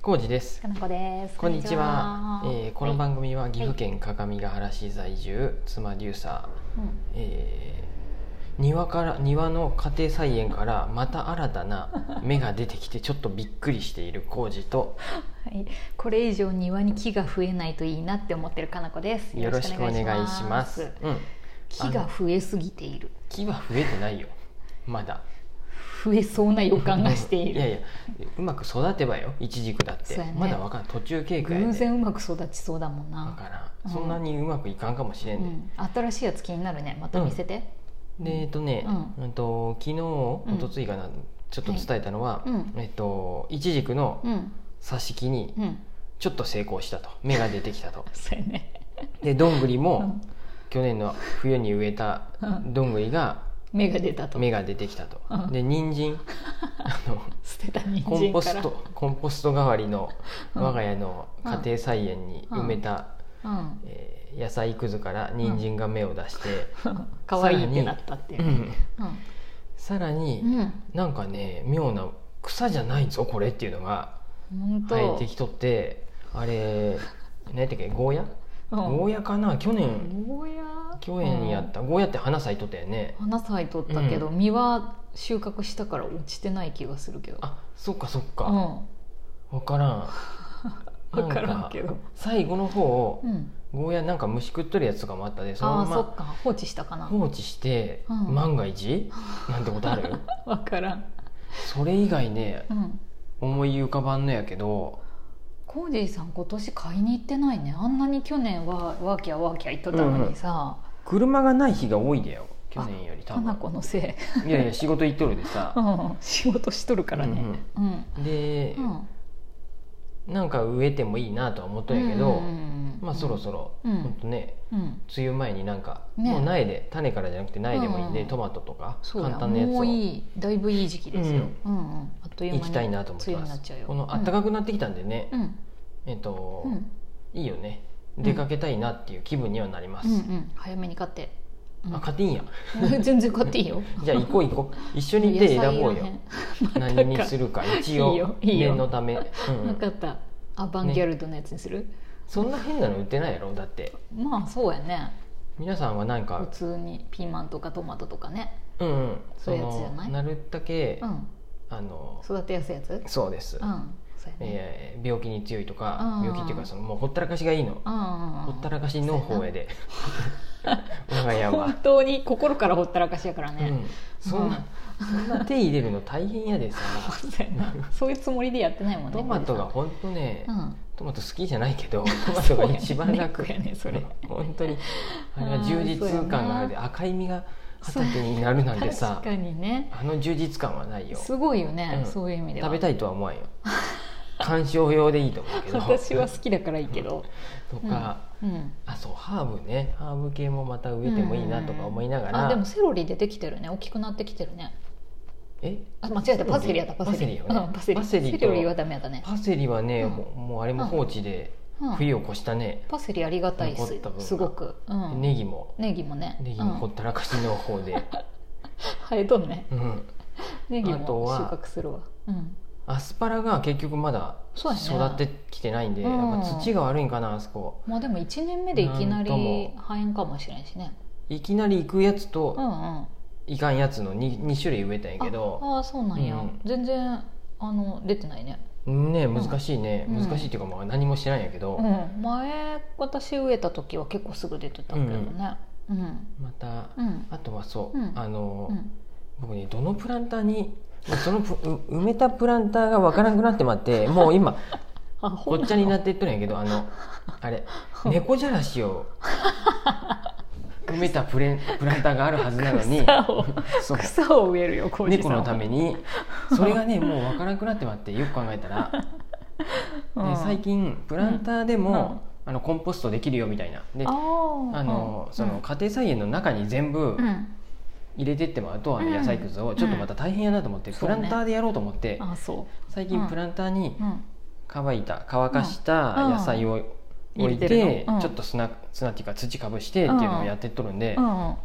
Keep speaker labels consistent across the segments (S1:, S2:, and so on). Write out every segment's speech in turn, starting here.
S1: 浩二です
S2: かなこです。
S1: こんにちは、えーこの番
S2: 組、
S1: 組は岐阜県各務原市在住妻デューサ
S2: はいうん
S1: ー、えー庭から庭の家庭菜園からまた新たな芽が出てきてちょっとびっくりしている浩二と
S2: はい、これ以上庭に木が増えないといいなって思ってるかなこです。
S1: よろしくお願いしますうん、
S2: 木が増えすぎている。
S1: 木は増えてないよまだ
S2: 増えそうな予感がしてい
S1: いやい
S2: る。
S1: やうまく育てばよイチジクだって、
S2: そうやね
S1: まだわかんない途中経過やで
S2: 偶然うまく育ちそうだもん
S1: わ
S2: な。
S1: から
S2: うんん
S1: そんなにうまくいかんかもしれ
S2: うん
S1: ね、
S2: ん、新しいやつ気になるね。また見せて。
S1: でえっとね、
S2: うん
S1: うん、と昨日一
S2: ん
S1: 昨日かな、ちょっと伝えたのは、
S2: うん
S1: えっとイチジクの
S2: うん、
S1: 挿し木に
S2: うん、
S1: ちょっと成功 したと芽が出てきたと
S2: そうやね。
S1: でどんぐり
S2: う
S1: も
S2: ん
S1: 去年の冬に植えた
S2: うん
S1: どんぐりが
S2: 芽が出たと。
S1: 芽が出てきたと
S2: うん
S1: で人参あの
S2: 捨てた人参
S1: コ
S2: から。
S1: ンポストコンポスト代わりの
S2: うん
S1: 我が家の家庭菜園に埋めた、
S2: うん。
S1: えー野菜くずから人参が芽を出して、
S2: 可愛いってなったっていうう。
S1: んさらに、
S2: うん。うん。
S1: なんかね妙な草じゃないぞこれっていうのが
S2: 本当。
S1: 生えてきとってあれ何やったっけゴーヤ、ゴーヤかな去年
S2: ゴーヤ
S1: 去年やった、ゴーヤって花咲いとったよね
S2: 花咲いとったけど、
S1: う
S2: 実は収穫したから落ちてない気がするけど
S1: あそっかそっ
S2: う
S1: か、分 からん
S2: 分からんけど
S1: なか最後の方
S2: ん、うん、
S1: ゴーヤなんか虫食っとるやつとかもあったでそ
S2: あ
S1: の
S2: あそっ
S1: ま
S2: か放置したか
S1: ま
S2: な
S1: 放置して、
S2: うん
S1: 万が一なんてこと ある
S2: 分からん、
S1: それ以外ね
S2: うん、
S1: 思い浮かばんのやけど
S2: コージーさん今年買いに行ってないねあんなに去年はワーキャーワーキャー言っとったのにさ、
S1: 車がない日が多いだよ去年より多
S2: 花
S1: 分
S2: 子のせい、
S1: いやいや仕事行っとるでさ
S2: うん、仕事しとるからねうん
S1: で、
S2: うん
S1: なんか植えてもいいなとは思っとんやけど、まあそろそろ、
S2: うん
S1: ほんとね
S2: ろ、うん、
S1: 梅雨前になんか、
S2: ね
S1: もう苗で種からじゃなくて苗でもいいんで、
S2: うん
S1: トマトとか
S2: そう
S1: 簡
S2: や
S1: 単なやつ
S2: も
S1: を
S2: う
S1: 行
S2: いいだいぶいい時期ですよ、うんうんあっという間に
S1: きたいなと思って
S2: 梅雨
S1: ま
S2: になっ
S1: す
S2: ちゃうよ
S1: この暖かくなってきたんでね、
S2: うん
S1: えっと、
S2: うん
S1: いいよね
S2: ん
S1: 出かけたいなっていう気分にはなります、
S2: うんうん、早めに買って、うん
S1: あ買っていいんや
S2: 全然買っていいよ
S1: じゃあ行こう行こう一緒に手
S2: 野菜
S1: 選
S2: ら
S1: ぼうよ
S2: へんまたか
S1: 何にするか一応
S2: いいよいいよ
S1: 念のため、うん
S2: 分かったアバンギャルドのやつにする、
S1: そんな変なの売ってないやろだって
S2: まあそうやね
S1: 皆さんは何か
S2: 普通にピーマンとかトマトとかね
S1: うんうん、
S2: そういうやつじゃない
S1: そのなるだけ、
S2: うん
S1: あの
S2: 育てやすいやつうん
S1: そうです、
S2: そうやね、
S1: えー病気に強いとか、
S2: うん
S1: 病気っていうかそのもうほったらかしがいいの、
S2: うんうんうん
S1: ほったらかしの方へで 我が家
S2: 本
S1: は、
S2: 当に心からほったらかしやから
S1: う
S2: ね、
S1: ん、そんな、そんな手入れるの大変やでさ
S2: そうやなそういうつもりでやってないもんね
S1: トマトがほんとね、
S2: うん
S1: トマト好きじゃないけ どトマトが一番楽
S2: そうやねネックやね
S1: 本当にあれ
S2: あ
S1: は
S2: ー
S1: 充実感があるで赤い実が畑になるなんてさ
S2: 確かにね
S1: あの充実感はないよ
S2: すごいよね、
S1: うん
S2: そういう意味では
S1: 食べたいとは思わんよ観賞用でいいと思うけど
S2: 私は好きだからいいけど、
S1: とか、
S2: うん、
S1: あそうハーブねハーブ系もまた植えてもいいなとか思いながら、
S2: あでもセロリ出てきてるね大きくなってきてるね
S1: え
S2: あ間違えたパセリやったパセ
S1: パ
S2: リ
S1: セリよね
S2: うんパセリ
S1: パセリと
S2: セロリはダメやったね
S1: パセリはね、
S2: うん
S1: もうもうあれも放置で
S2: うん
S1: 冬を越したね、
S2: パセリありがたいっ
S1: 残
S2: す
S1: った分が
S2: すごく、うん、
S1: ネギも
S2: ネギもね
S1: ネギもほ
S2: う
S1: っ
S2: ん、
S1: たらかしの方 で、
S2: 生えとんね
S1: うん、
S2: ネギ
S1: あと
S2: も
S1: は
S2: 収穫するわうん
S1: アスパラが結局まだ
S2: そうやね
S1: 育ってきてないんで、
S2: うん
S1: やっぱ土が悪いんかなあそこ
S2: まあでも1年目でいきなり
S1: なんと
S2: 生
S1: も
S2: えんかもしれんしね
S1: いきなり行くやつ
S2: うんう
S1: と
S2: ん
S1: いかんやつの 2, 2種類植えたんやけど、
S2: ああそうなんや、
S1: うん
S2: 全然あの出てないね、
S1: ね難しいね、
S2: うん
S1: 難しいっていうかまあ何もしてないんやけど、
S2: うん、前私植えた時は結構すぐ出てたけどねうん
S1: また、
S2: うん
S1: あとはそう、
S2: うん
S1: あの、
S2: うん
S1: 僕ねどのプランターにまあそのプう埋めたプランターがわからなくなってま ってもう今
S2: あ
S1: ご
S2: ほ
S1: っちゃになってっとるんやけどあのあれ猫じゃらし を埋めたプレンプランターがあるはずなのに
S2: 草を
S1: そう
S2: 草を植えるよ浩二
S1: 猫
S2: さんは
S1: のためにそれがねもうわからなくなってまってよく考えたら、
S2: うん
S1: で最近プランターでも、あのコンポストできるよみたいなで
S2: あ
S1: あ
S2: ー
S1: の、
S2: うん
S1: その家庭菜園の中に全部
S2: うん
S1: 入れてってもらうと、あの
S2: うん
S1: 野菜くずをちょっとまた大変やなと思って、
S2: うん
S1: プランターでやろうと思って、
S2: あそ
S1: 最近
S2: うん
S1: プランターに
S2: う、うん、
S1: 乾いた乾かした
S2: うん
S1: 野菜を
S2: 入
S1: 置
S2: れ
S1: い
S2: て
S1: て,、
S2: るのうん
S1: ちょっと砂砂っていうか土かぶしてっていうのをやってっとるんで、
S2: うんうん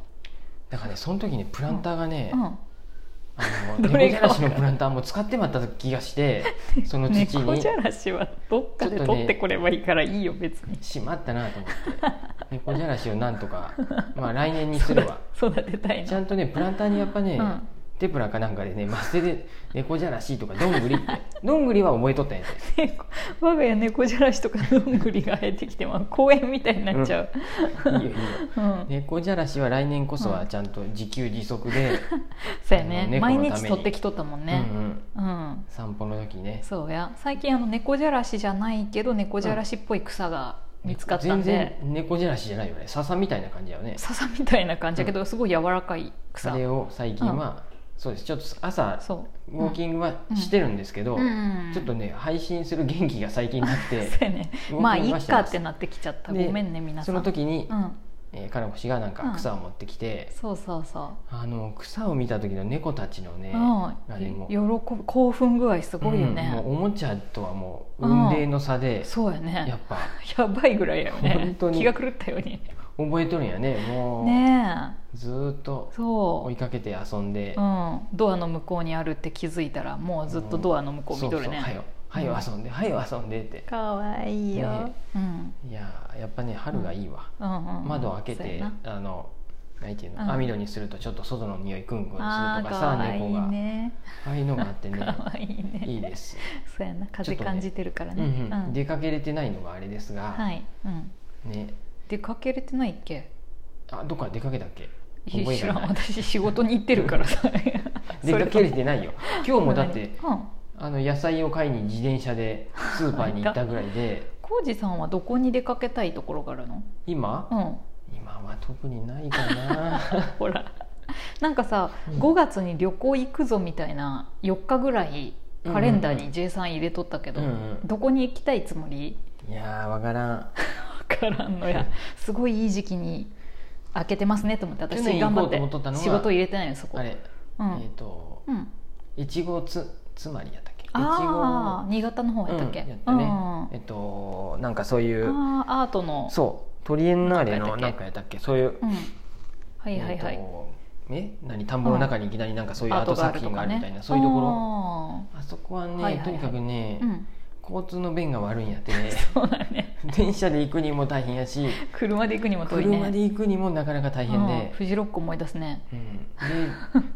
S1: だからねその時にプランターがね、
S2: うん
S1: あの
S2: どれ
S1: 猫じ
S2: が
S1: ゃらしのプランターも使ってまった気が してその土
S2: 猫
S1: に
S2: じゃらしはどっかで取ってこればいいからいいよ別に
S1: しまったなと 思って猫じゃらしをなんとかまあ来年にするわ
S2: 育てたい
S1: ち
S2: な
S1: ゃんとねプランターにやっぱね、
S2: うん
S1: テプラかなんかでねマステで猫じゃらしとかどんぐりってどんぐりは覚えとったんやて
S2: 猫我が家猫じゃらしとかどんぐりが生えてきてまあ公園みたいになっちゃう、
S1: いいよいいよ
S2: うん
S1: 猫じゃらしは来年こそはちゃんと自給自足で、
S2: そうやね
S1: あの
S2: 毎
S1: 猫のために
S2: 日取ってきとったもん ね
S1: うんうん
S2: うん、
S1: 散歩の時ね
S2: そうや最近あの猫じゃらしじゃないけど猫じゃらしっぽい草が見つかった
S1: 全
S2: んで、
S1: 然猫じゃらしじゃないよね笹みたいな感じだよね
S2: 笹みたいな感じだけど、すごい柔らかい
S1: そ
S2: 草
S1: れを最近は、そうですちょっと朝
S2: そう
S1: ウォーキングはしてるんですけど、
S2: うん
S1: ちょっとね配信する元気が最近なくて
S2: そうや
S1: 動き
S2: ね
S1: 回
S2: まあい
S1: して
S2: っ
S1: ます
S2: かってなってきちゃった
S1: で
S2: ごめんね皆さ
S1: そ
S2: ん
S1: の時に、
S2: うん
S1: えー、金子氏がなん
S2: う
S1: か
S2: ん
S1: 草を持ってきて、
S2: そうそうそう
S1: あの草を見た時の猫たちのね、あれも
S2: うん、喜ぶ興奮具合すごいよ
S1: うんも
S2: ね、
S1: うおもちゃとはもう
S2: うん
S1: 運命の差で、
S2: そうやね
S1: やっぱ
S2: やばいぐらいやよね
S1: 本当に
S2: 気が狂ったように
S1: 覚えとるんやねもう
S2: ねえ
S1: ずーっと
S2: そ
S1: 追
S2: う、
S1: いかけて遊んで、
S2: うん、ドアの向こうにあるって気づいたらもうずっとドアの向こう
S1: そ
S2: 見
S1: う
S2: と
S1: そう
S2: るね、
S1: はよはよ遊んで、はよ遊んでって
S2: かわいいよ、
S1: ね
S2: うん
S1: いやーやっぱね春がいいわ、
S2: うんうん、
S1: 窓を開け
S2: そうや
S1: て
S2: な
S1: あのなんていうの、
S2: うん
S1: 網戸にするとちょっと外の匂いクンクンするとか
S2: あーか
S1: さ
S2: わい
S1: 猫
S2: い
S1: が
S2: ね
S1: ああいうのがあってね
S2: かわいいね
S1: いいです、
S2: そうやな風
S1: ちょっとね
S2: 感じてるから
S1: うん
S2: ね
S1: うん
S2: うん
S1: 出かけれてないのがあれですが、
S2: はい、うん、
S1: ね
S2: 出かけれてないっけ
S1: あどっか出かけたっけ
S2: いや
S1: 覚え
S2: 知
S1: が
S2: らん
S1: ない
S2: 私仕事に行ってるからさ
S1: 出かけれて
S2: い
S1: ないよ今日もだって
S2: うん
S1: あの野菜を買いに自転車でスーパーに行ったぐらいで
S2: 浩二さんはどこに出かけたいところがあるの
S1: 今、
S2: うん
S1: 今は特にないかな
S2: ほらなんかさ、
S1: うん
S2: 5月に旅行行くぞみたいな4日ぐらいカレンダーに J さん入れとった けど、
S1: うんうん
S2: どこに行きたいつもり
S1: いやーわからん
S2: 分からんのやすごいいい時期に開けてますねと思って
S1: 去
S2: 私
S1: 年行
S2: 頑
S1: こ
S2: 張
S1: うと思っとった
S2: っ
S1: の
S2: て
S1: は
S2: 仕事入れてないのそこ
S1: あれ、
S2: うん
S1: えっ、と
S2: うん、
S1: いちごつつまりやったっけいちご
S2: ああ新潟の方やったっけ、
S1: うんやったね、
S2: うんうん
S1: えっとなんかそういう
S2: あーアートの
S1: そうトリエンナーレの
S2: な
S1: なんん
S2: か
S1: かやったっけそういう、
S2: うん、はいはいは
S1: え
S2: い、
S1: っとえ何田んぼの中にいきなりなんかそういうアート作品があるみたいな、
S2: アート
S1: そういうところ
S2: ろ
S1: あそこはね、
S2: はいはいはい
S1: とにかくね、
S2: うん、
S1: 交通の便が悪いんやって ね
S2: そうだね
S1: 電車で行くにも大変やし
S2: 車で行くにも遠いね
S1: 車で行くにもなかなか大変
S2: うん
S1: で、
S2: フジロック思い出すね
S1: うんで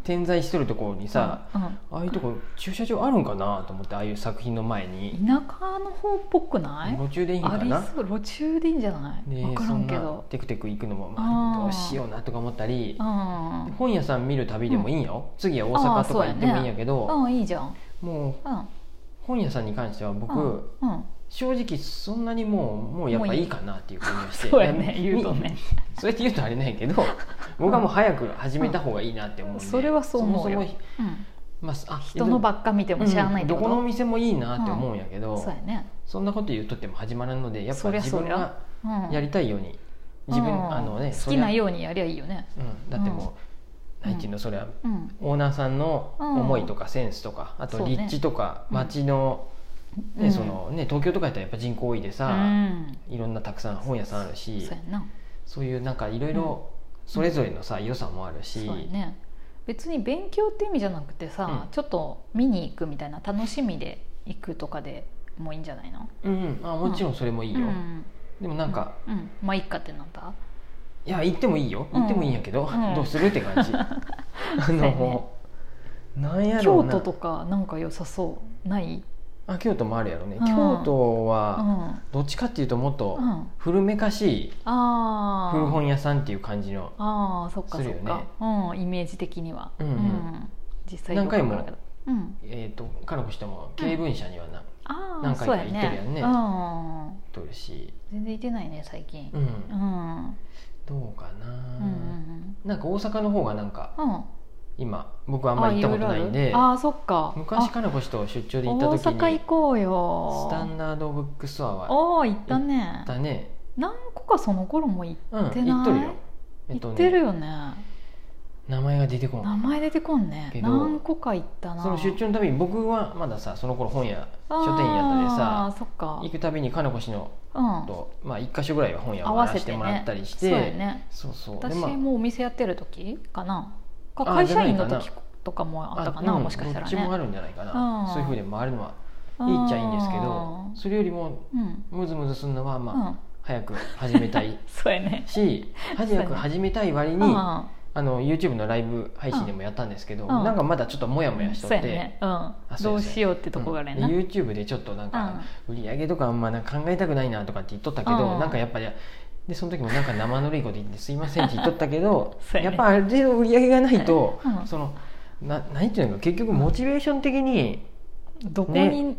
S1: 点在しとるところにさ、
S2: うん
S1: ああいうとこ駐車場あるんかなと思ってああいう作品の前に
S2: うん田舎の方っぽくない
S1: 路中でいいんか
S2: あり
S1: な
S2: そう路中でいいんじゃない
S1: で
S2: 分からんけ
S1: そんな
S2: ど
S1: テクテク行くのも、ま
S2: あー
S1: あ、どうしようなとか思ったり
S2: うんうん
S1: 本屋さん見る旅でもいいんよ、次は
S2: あ
S1: 大
S2: ー
S1: 阪とか行ってもいいんやけど
S2: うんいいじゃん
S1: もう
S2: うん
S1: 本屋さんに関しては僕、
S2: うんうん
S1: 正直そんなにもうもうやっぱいいかなっていう感じがして
S2: そうやね
S1: い
S2: 言 うとね
S1: そうやって言うとあれないけ ど僕はもう早く始めた方がいいなって思うんで、
S2: それはそう思うよ
S1: そもそも、
S2: うん
S1: まあ、あ
S2: 人のばっか見ても知らない
S1: うん
S2: って
S1: ど
S2: こ
S1: このお
S2: と
S1: 店もいいなって思うんやけど、
S2: そうやね
S1: そんなこと言っとっても始まらんのでやっぱ
S2: そりゃ
S1: 自
S2: そ
S1: 分
S2: りゃ
S1: が
S2: うん
S1: やりたいように自分、
S2: うん
S1: あのね
S2: 好きな
S1: う
S2: ようにやりゃいいよね
S1: うん、だってもう、
S2: うん
S1: なんていうのそれは
S2: うん
S1: オーナーさんの思いとかセンスとか、あ
S2: そ
S1: と
S2: うね
S1: 立地とか
S2: うん
S1: 町の,、ね
S2: うん
S1: そのね、東京とかやったらやっぱ人口多いで
S2: う
S1: さ、
S2: ん
S1: いろんなたくさん本屋さんあるし
S2: そうやな
S1: そういうなんかいろいろそれぞれのさ、良さもあるし
S2: そうやね別に勉強って意味じゃなくてさ、
S1: うん
S2: ちょっと見に行くみたいな楽しみで行くとかでもいいんじゃないの
S1: うんうんあもちろんそれもいいよ、
S2: うん、
S1: でもなんか、
S2: うん、まあいっかってなった
S1: いや行ってもいいよ行ってもいいんやけど、
S2: うん
S1: どうするって 感じあ
S2: そうやね
S1: の、なんやろ
S2: 京
S1: うな
S2: 都とかなんか良さそうない、
S1: あ京都もあるやろね、
S2: うん
S1: 京都
S2: う
S1: は
S2: んうん、
S1: どっちかっていうともっと
S2: あ
S1: 古めかしい
S2: あー
S1: 古本屋さんっていう感じの
S2: あーそっかそっ
S1: するよ
S2: か
S1: ね、
S2: うん、イメージ的には、
S1: うんうん
S2: 実際
S1: 何回も
S2: どうかわからんけどうん、
S1: えー、と彼女とも経文社にはなっ
S2: ああ
S1: 何
S2: そ
S1: 回
S2: う
S1: か
S2: や
S1: 行ってる
S2: ね
S1: やんね
S2: うん
S1: とるし、
S2: 全然行ってないね最近
S1: うん
S2: うん、うん
S1: どうかな、
S2: うん
S1: なんか大阪の方がなんか
S2: うんうん
S1: 今僕はあんま行ったことないんで
S2: ああそっか
S1: 昔
S2: あ
S1: 彼女と出張で行
S2: 大
S1: った時
S2: 阪
S1: に
S2: 行こう
S1: スタ
S2: よ
S1: ンダードブックストアは行
S2: おお行ったね
S1: ったね
S2: 何個かその頃も行
S1: うん
S2: ってない
S1: 行っとるよ、え
S2: 行ってる
S1: ね、
S2: よね
S1: 名前が出てこ
S2: 名
S1: ん
S2: 前出てこんね
S1: けど
S2: 何個か行ったな
S1: その出張のたびに僕はまださその頃本屋
S2: あー
S1: 書店やったでさ
S2: そっか
S1: 行くたびに金子氏の
S2: うん
S1: と、まあ、1か所ぐらいは本屋
S2: 合
S1: を
S2: わ
S1: 回
S2: せ
S1: らせ
S2: て
S1: て
S2: ね
S1: もらったりして
S2: そうやね
S1: そうそう
S2: 私
S1: でまあ
S2: もお店やってる時かなか
S1: あ
S2: 会社員の
S1: じゃない
S2: 時
S1: か
S2: とかもあったかな、
S1: うん
S2: もしかした
S1: ど
S2: ら
S1: っちもあ
S2: ね。
S1: るんじゃないか
S2: うん
S1: なそういうふうに回るのはいいっちゃいいんですけどそれよりも
S2: うん、うん
S1: ムズムズするのはまあ、
S2: うん、
S1: 早く始めたい
S2: そうやね。
S1: し早く始めたい割
S2: う
S1: に、
S2: ん
S1: あの YouTube のライブ配信でもやったんですけど、
S2: うん
S1: なんかまだちょっとモヤモヤしとっ
S2: そう
S1: て、
S2: やね、うん
S1: あ、そう
S2: ど
S1: やそう
S2: う
S1: や
S2: しようってとこがあるやな、
S1: うんで YouTube でちょっとなんか、売り上げとかあんまなんか考えたくないなとかって言っとったけど、
S2: うん
S1: なんかやっぱりでその時もなんか生ぬるいこと言って「すいません」って言っとったけど
S2: そうやね
S1: やっぱある程度売り上げがないと、
S2: うん
S1: そのななんていうのか結局モチベーション的に、
S2: どこに、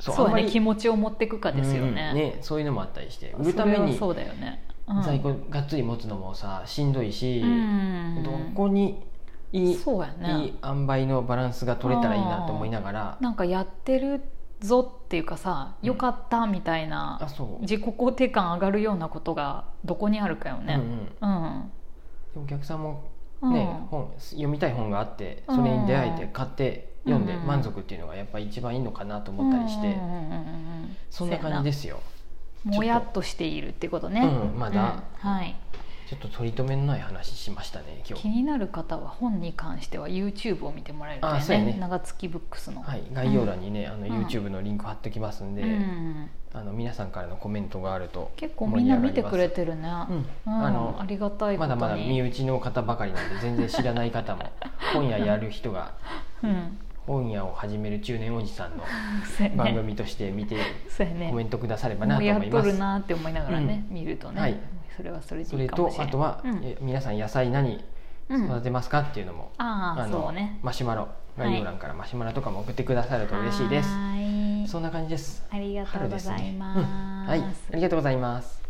S1: そ
S2: そうう
S1: あん
S2: や
S1: ま
S2: ね
S1: り
S2: 気持ちを持っていくかですよね,、
S1: うんねそういうのもあったりして
S2: それは
S1: 売るために
S2: そうだよね、うん
S1: 在庫がっつり持つのもさしんどいし、
S2: うん
S1: どこにいい
S2: そうやね
S1: いい塩梅のバランスが取れたらいいなと思いながら
S2: なんかやってるぞっていうかさ
S1: うん
S2: よかったみたいな、
S1: あそう、
S2: 自己肯定感上がるようなことがどこにあるかよ
S1: うんう
S2: ね
S1: ん
S2: うん、
S1: でもお客さんも
S2: うん
S1: ね、本読みたい本があって
S2: うん
S1: それに出会えて買って読んで
S2: うん
S1: 満足っていうのがやっぱ一番いいのかなと思ったりして、
S2: うんうんうんうん
S1: そんな感じ
S2: そうや
S1: ですよ
S2: なもやっとしているってことね、
S1: うんまだ
S2: うんはい
S1: ちょっと取り留めのない話しましたね今
S2: 気
S1: 日、
S2: になる方は本に関しては YouTube を見てもらえると
S1: あそう
S2: ね
S1: やね
S2: 長月ブックスの、
S1: はい、概要欄にね、あの
S2: うん
S1: YouTube のリンク貼ってきますんで、
S2: うん、
S1: あの皆さんからのコメントがあると
S2: 結構みんな見てくれてるね、
S1: うん
S2: うん
S1: あの
S2: ありがたいこ
S1: ま
S2: と
S1: だま
S2: に
S1: だ身内の方ばかりなんで全然知らない 方も本屋やる人が
S2: うん、
S1: 本屋を始める中年おじさんの
S2: そうやね
S1: 番組として見て
S2: そうやね
S1: コメントくださればな
S2: もう
S1: と
S2: や
S1: 思
S2: っ
S1: い
S2: と
S1: ます
S2: る。なって思いながらね、見るとね、
S1: はい
S2: それはそれ
S1: そ
S2: で
S1: れ
S2: いいかも
S1: と
S2: しれな
S1: あ
S2: い
S1: とは、
S2: うん
S1: え皆さん野菜何
S2: うん
S1: 育てますかっていうのも、
S2: ああそうね
S1: マシュマロ概要欄からマシュマロとかも送ってくださると嬉しいです。
S2: はーい
S1: そんな感じです。
S2: ありがと
S1: 春
S2: うござい
S1: ですね
S2: ま
S1: はい
S2: す、
S1: ありがとうございます。